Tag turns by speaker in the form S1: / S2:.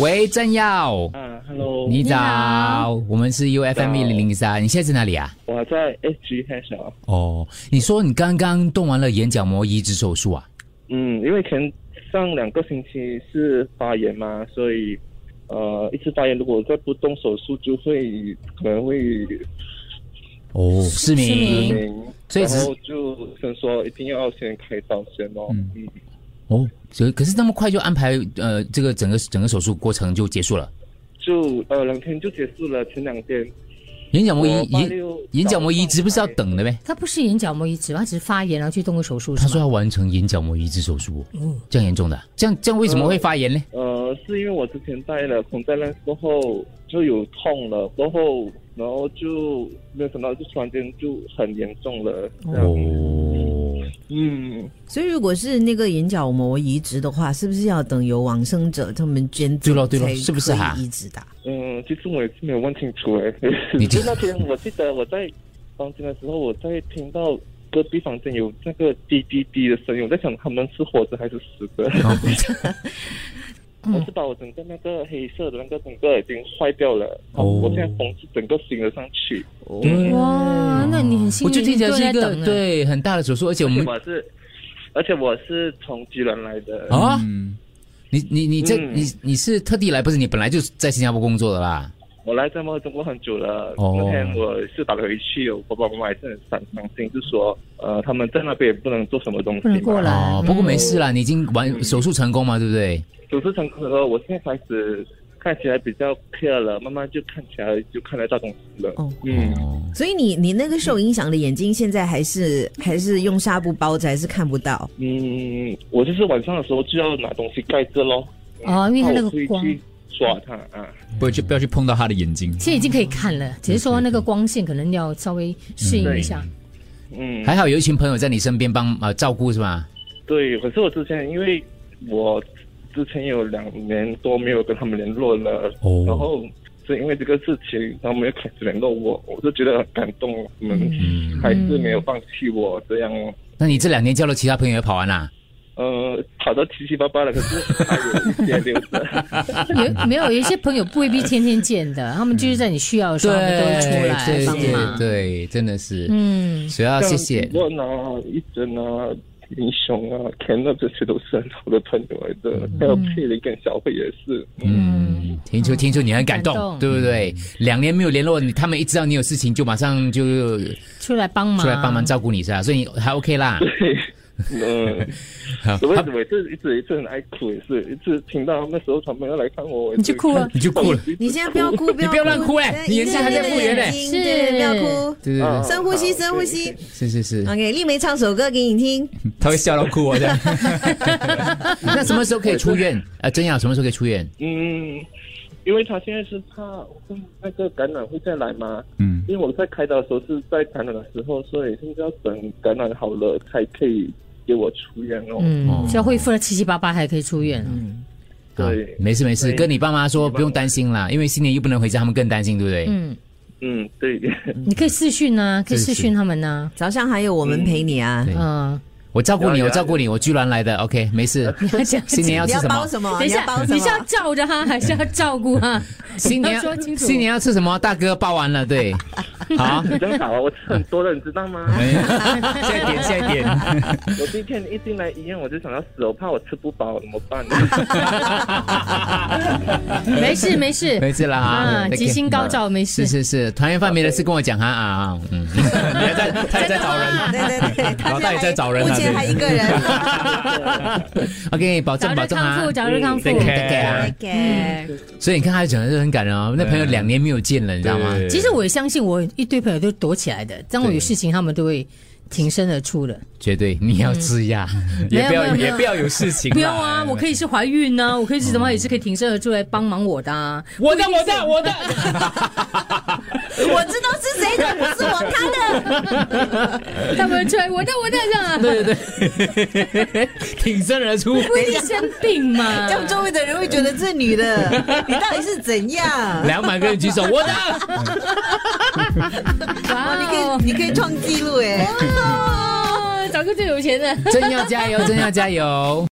S1: 喂，郑耀，
S2: 啊，Hello，
S1: 你早，
S3: 你好
S1: 我们是 U F M 一零零三，你现在在哪里啊？
S2: 我在 SG Hash 啊，
S1: 哦，你说你刚刚动完了眼角膜移植手术啊？
S2: 嗯，因为前上两个星期是发炎嘛，所以呃，一次发炎如果再不动手术，就会可能会
S1: 哦，失
S3: 失
S1: 明
S3: 明
S2: 失
S3: 嗯
S2: 明，
S1: 所以
S2: 然
S1: 只是
S2: 后就先说一定要先开刀先哦，嗯，
S1: 哦，可可是那么快就安排呃，这个整个整个手术过程就结束了。
S2: 就呃两天就结束了，前两天
S1: 眼角膜移
S2: 我八
S1: 眼
S2: 六
S1: 眼角膜移植不是要等的呗？
S3: 他不是眼角膜移植，他只是发炎，然后去动个手术，
S1: 他
S3: 是
S1: 说
S3: 吗？
S1: 要完成眼角膜移植手术，
S3: 嗯
S1: 这样严重的啊，这样这样为什么会发炎呢？
S2: 呃，是因为我之前戴了孔戴 lens 过后就有痛了，过后然后就没有想到就突然间就很严重了，这
S3: 嗯
S2: 样
S1: 哦，
S2: 嗯，
S4: 所以如果是那个眼角膜移植的话，是不是要等有往生者他们捐
S1: 对
S4: 赠
S1: 咯对咯
S4: 才
S1: 是不是哈
S4: 可以移植的啊？
S2: 嗯，其实我也是没有问清楚哎、
S1: 你这
S2: 就那天我记得我在房间的时候，我在听到隔壁房间有那个滴滴滴的声音，我在想他们是活着还是死的。
S1: 哦
S3: 嗯
S2: 我是把我整个那个黑色的那个整个已经坏掉了，
S1: 哦
S2: 我现在缝是整个新的上去，
S1: 对
S3: 哇，那你很幸
S1: 哦我
S3: 运，
S1: 就听起来是一
S3: 你都在
S1: 个
S3: 等啊，
S1: 对很大的手术，而且我
S2: 而且
S1: 们
S2: 我是，而且我是从吉隆来的。
S1: 啊，你你你这
S2: 嗯
S1: 你你是特地来，不是你本来就在新加坡工作的啦？
S2: 我来在中国很久了，
S1: 哦
S2: 那天我是打回去，我爸爸妈妈也是很伤伤心，就说呃他们在那边也不能做什么东西
S3: 不
S2: 嘛，
S3: 能过来
S1: 哦，不过没事啦，你已经
S2: 嗯
S1: 完手术成功嘛，对不对？
S2: 手术成功了，我现在开始看起来比较 clear 了，慢慢就看起来就看得到东西了。
S4: 哦
S2: 嗯，
S1: 哦，
S4: 所以你你那个受影响的眼睛现在还是还是用纱布包着，还是看不到？
S2: 嗯，我就是晚上的时候就要拿东西盖着咯。
S3: 哦因为它那个
S2: 然后我
S3: 光
S2: 会去抓它啊。
S5: 不要去不要去碰到他的眼睛。
S3: 现在已经可以看了，只是说那个光线可能要稍微适应一下。
S2: 嗯，
S1: 还好有一群朋友在你身边帮呃照顾是吧？
S2: 对。可是我之前因为我之前有两年多没有跟他们联络了，
S1: 哦
S2: 然后是因为这个事情，他们又开始联络我，我就觉得很感动，他们
S3: 嗯
S2: 还是没有放弃我这样哦。
S1: 那你这两年交了其他朋友也跑完啦？
S2: 呃，跑到七七八八了，可是还有一些留着。
S1: 嗯
S3: 有没有有一些朋友不未必天天见的，他们就是在你需要的时候，他们都会出来
S1: 对
S3: 帮
S1: 对
S3: 忙。
S1: 对，真的是，
S3: 嗯，
S1: 所以要谢谢。
S2: 问啊，一真啊，英雄啊，Ken 啊，这些都是很好的朋友来的，
S4: 嗯
S2: 还有佩林跟小慧也是。
S1: 嗯，听说听说你很感动，
S3: 感动
S1: 对不对？两年没有联络你，他们一知道你有事情就马上就
S3: 出来帮忙，
S1: 出来帮忙照顾你是吧？所以你还 OK 啦。
S2: 嗯，
S1: 好
S2: 我为什么也是一直一直很爱哭，也是一直听到那时候他们要来看我，
S3: 你就哭了
S1: 你就哭了，
S4: 你现在不要 哭，不要
S1: 不要乱哭哎
S4: 哎，
S1: 你眼睛还在复原呢哎
S4: 眼睛对，不要哭，
S1: 对对
S2: 啊嗯
S1: 对，
S4: 深呼吸，深呼吸。
S1: 是是是。
S4: OK，丽梅唱首歌给你听。
S5: 他会笑到哭我这样。
S1: 那什么时候可以出院？呃，真雅什么时候可以出院？
S2: 嗯，因为他现在是怕会那个感染会再来嘛，
S5: 嗯，
S2: 因为我在开刀的时候是在感染的时候，所以现在要等感染好了才可以给我出院哦。
S3: 嗯，只要恢复了七七八八还可以出院。
S1: 嗯
S2: 对
S1: 好啊没事没事，
S2: 对
S1: 跟你爸妈说不用担心啦，因为新年又不能回家，他们更担心，对不对？
S3: 嗯，
S2: 嗯，对。
S3: 你可以视讯啊，可以视讯他们呐。
S4: 早上还有我们陪你啊，
S1: 对
S3: 嗯，
S1: 我照顾
S2: 了
S1: 你，
S2: 解
S1: 我照顾你，我居然来的，OK，没 事。新年要
S4: 你
S1: 吃
S4: 要
S1: 什
S4: 包
S1: 么？
S4: 什么？
S3: 等一
S4: 你
S3: 下
S4: 要包，什
S3: 你是要
S4: 么？
S3: 照着他，还是要照 顾他？
S1: 新年
S3: 要说清楚
S1: 新年要吃什么？大哥包完了， 对，好，
S2: 你这样打啊我，我吃很多了，你知道吗？
S3: 哎
S5: 下一点，下一点。
S2: 我第一天一进来医院，我就想要死，我怕我吃不饱，怎么办呢？
S3: 没事没 事
S1: 没事啦
S3: 啊
S1: 啊，，再
S3: 吉
S1: 见
S3: 星高照，没事
S1: 是。是是，团圆饭没的事跟我讲哈啊啊， 嗯，
S5: 你还在，他也在找人。
S4: 哦对对对，他 现
S5: 老大
S4: 在
S5: 也在找人啊
S4: 目前还一个人。
S1: ，OK，保
S3: 早
S1: 重保
S3: 日
S1: 重
S3: 康
S1: 啊
S3: 复，。早日康复。
S5: Take care
S1: Take care 所以你看他讲的是很感人哦，那朋友两年没有见了，你知道吗？
S5: 对
S3: 其实我也相信，我一堆朋友都躲起来的，当我有事情，他们都会挺身而出的。
S1: 绝对你要吃呀，
S4: 嗯
S5: 也不
S3: 没有
S5: 要，
S3: 没有
S5: 也不要有事情啦。
S3: 不用啊，我可以是怀孕啊，我可以是什么，也是可以挺身而出来帮忙我的啊。我的我的我的，
S4: 我知道是谁的，不是我他的。
S3: 他们出来我的我的这样啊，
S1: 对对对， 挺身而出。
S3: 不一定生病嘛
S4: 这。样周围的人会觉得这女的，你到底是怎 样？
S1: 两百个人举手，我 的。
S3: 哇
S4: 你
S3: 哦
S4: 可以，你可以创纪录哎。
S3: 哦，找个最有钱的。
S1: 真要加油，真要加油。